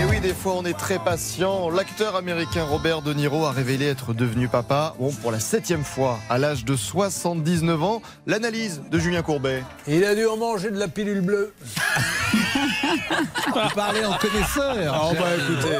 Et oui, des fois on est très patient. L'acteur américain Robert De Niro a révélé être devenu papa, bon, pour la septième fois, à l'âge de 79 ans. L'analyse de Julien Courbet. Il a dû en manger de la pilule bleue. Vous parlez en connaisseur. Oh bah écoutez,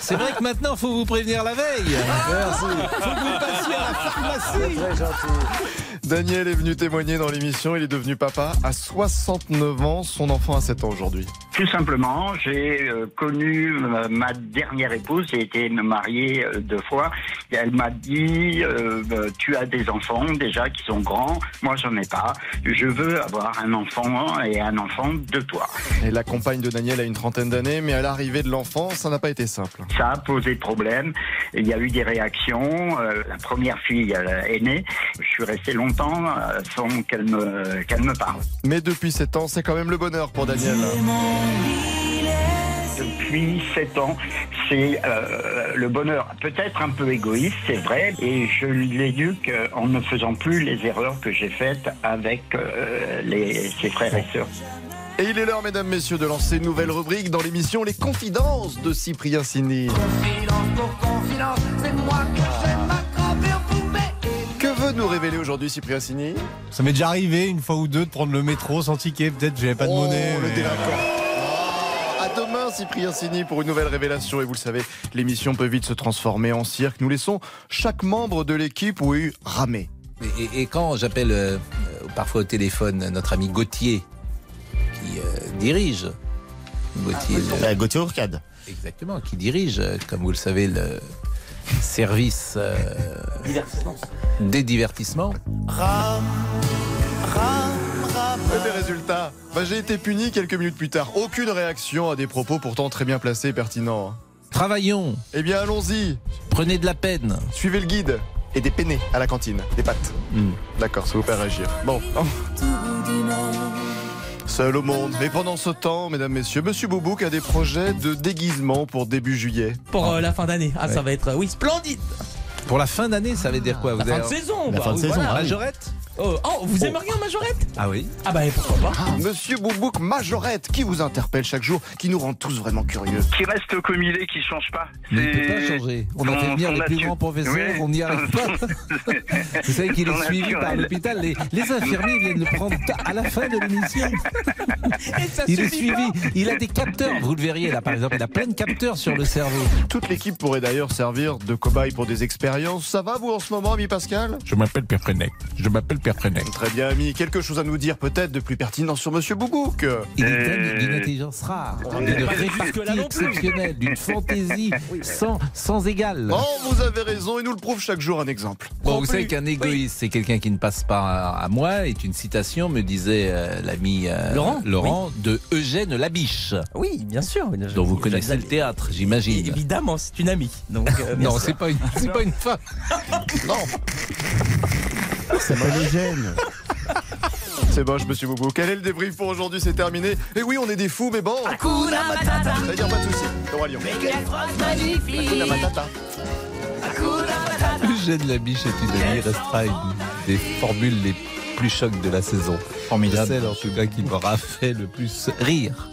C'est vrai que maintenant, faut vous prévenir la veille. merci. Vous passiez à la pharmacie. Très gentil. Daniel est venu témoigner dans l'émission. Il est devenu papa à 69 ans. Son enfant a 7 ans aujourd'hui. Tout simplement, j'ai euh, connu euh, ma dernière épouse, j'ai été marié euh, deux fois, et elle m'a dit, euh, euh, tu as des enfants déjà qui sont grands, moi j'en ai pas, je veux avoir un enfant et un enfant de toi. Et la compagne de Daniel a une trentaine d'années, mais à l'arrivée de l'enfant, ça n'a pas été simple. Ça a posé problème, il y a eu des réactions, Euh, la première fille euh, est née, je suis resté longtemps euh, sans qu'elle me, qu'elle me parle. Mais depuis 7 ans, c'est quand même le bonheur pour Daniel. Depuis sept ans, c'est euh, le bonheur. Peut-être un peu égoïste, c'est vrai, et je l'éduque euh, en ne faisant plus les erreurs que j'ai faites avec euh, les, ses frères et sœurs. Et il est l'heure, mesdames, messieurs, de lancer une nouvelle rubrique dans l'émission Les Confidences de Cyprien Sini. Que veut nous révéler aujourd'hui Cyprien Sini Ça m'est déjà arrivé une fois ou deux de prendre le métro sans ticket. Peut-être j'avais pas de Oh, monnaie. le mais- Ah. délinquant. À demain, Cyprien Sini, pour une nouvelle révélation. Et vous le savez, l'émission peut vite se transformer en cirque. Nous laissons chaque membre de l'équipe, oui, ramer. Et, et- et quand j'appelle euh, euh, parfois au téléphone notre ami Gauthier, qui euh, dirige, Gauthier, Ah, le- Gauthier Ourcade. exactement, qui dirige, euh, comme vous le savez, le service euh, des divertissements. Et les résultats bah, J'ai été puni quelques minutes plus tard. Aucune réaction à des propos pourtant très bien placés et pertinents. hein. Travaillons, Eh bien, allons-y. prenez de la peine. Suivez le guide. Et des pennés à la cantine, des pâtes. Hmm. D'accord, ça vous fait réagir. Bon. Seul au monde. Mais pendant ce temps, mesdames, messieurs, Monsieur Boubouk a des projets de déguisement pour début juillet. pour euh, la fin d'année. Ah, ça va être, euh, oui, splendide. Pour la fin d'année, ça veut dire quoi Vous La fin de avez- saison. la bah, fin de oui, saison, voilà. ah oui. Majorette Oh, oh, vous aimeriez un majorette Ah oui. Ah bah pourquoi pas Monsieur Boubouk Majorette, qui vous interpelle chaque jour, qui nous rend tous vraiment curieux. qui reste comme il est, qui change pas. Mais il ne peut pas C'est- changer. On a son- fait venir son les plus natu- grands professeurs, Oui. on n'y arrive pas. Vous savez qu'il Son est suivi par naturel. l'hôpital. Les, les infirmiers viennent le prendre à la fin de l'émission. Et ça Il est suffit suivi. pas. Il a des capteurs. Vous le verriez là, par exemple. Il a plein de capteurs sur le cerveau. Toute l'équipe pourrait d'ailleurs servir de cobaye pour des expériences. Ça va vous en ce moment, ami Pascal Je m'appelle Pierre Freinet. Je m'appelle Pierre Freinet. Très bien, ami. Quelque chose à nous dire peut-être de plus pertinent sur Monsieur Boubouk Il est dingue Euh, d'une intelligence rare, d'une jusque-là répartie non plus. exceptionnelle, d'une fantaisie sans, sans égale. Oh, vous avez raison, et nous le prouve chaque jour un exemple. Bon, vous savez qu'un égoïste, c'est quelqu'un qui ne passe pas à, à moi, est une citation, me disait euh, l'ami euh, Laurent, de Eugène Labiche, Oui, bien sûr. Je- dont vous je- connaissez le théâtre, j'imagine. Évidemment, c'est une amie. Donc, euh, bien Non, sûr. c'est pas une, c'est pas une femme. C'est moche, Monsieur Boubouk. Quel est le débrief pour aujourd'hui C'est terminé. Et oui, on est des fous, mais bon. C'est-à-dire pas de soucis. Le roi lion. Hakuna Matata. Ah Eugène Labiche est une amie, restera une des formules les plus chocs de la saison. Formidable. Celle en tout cas qui m'aura fait le plus rire.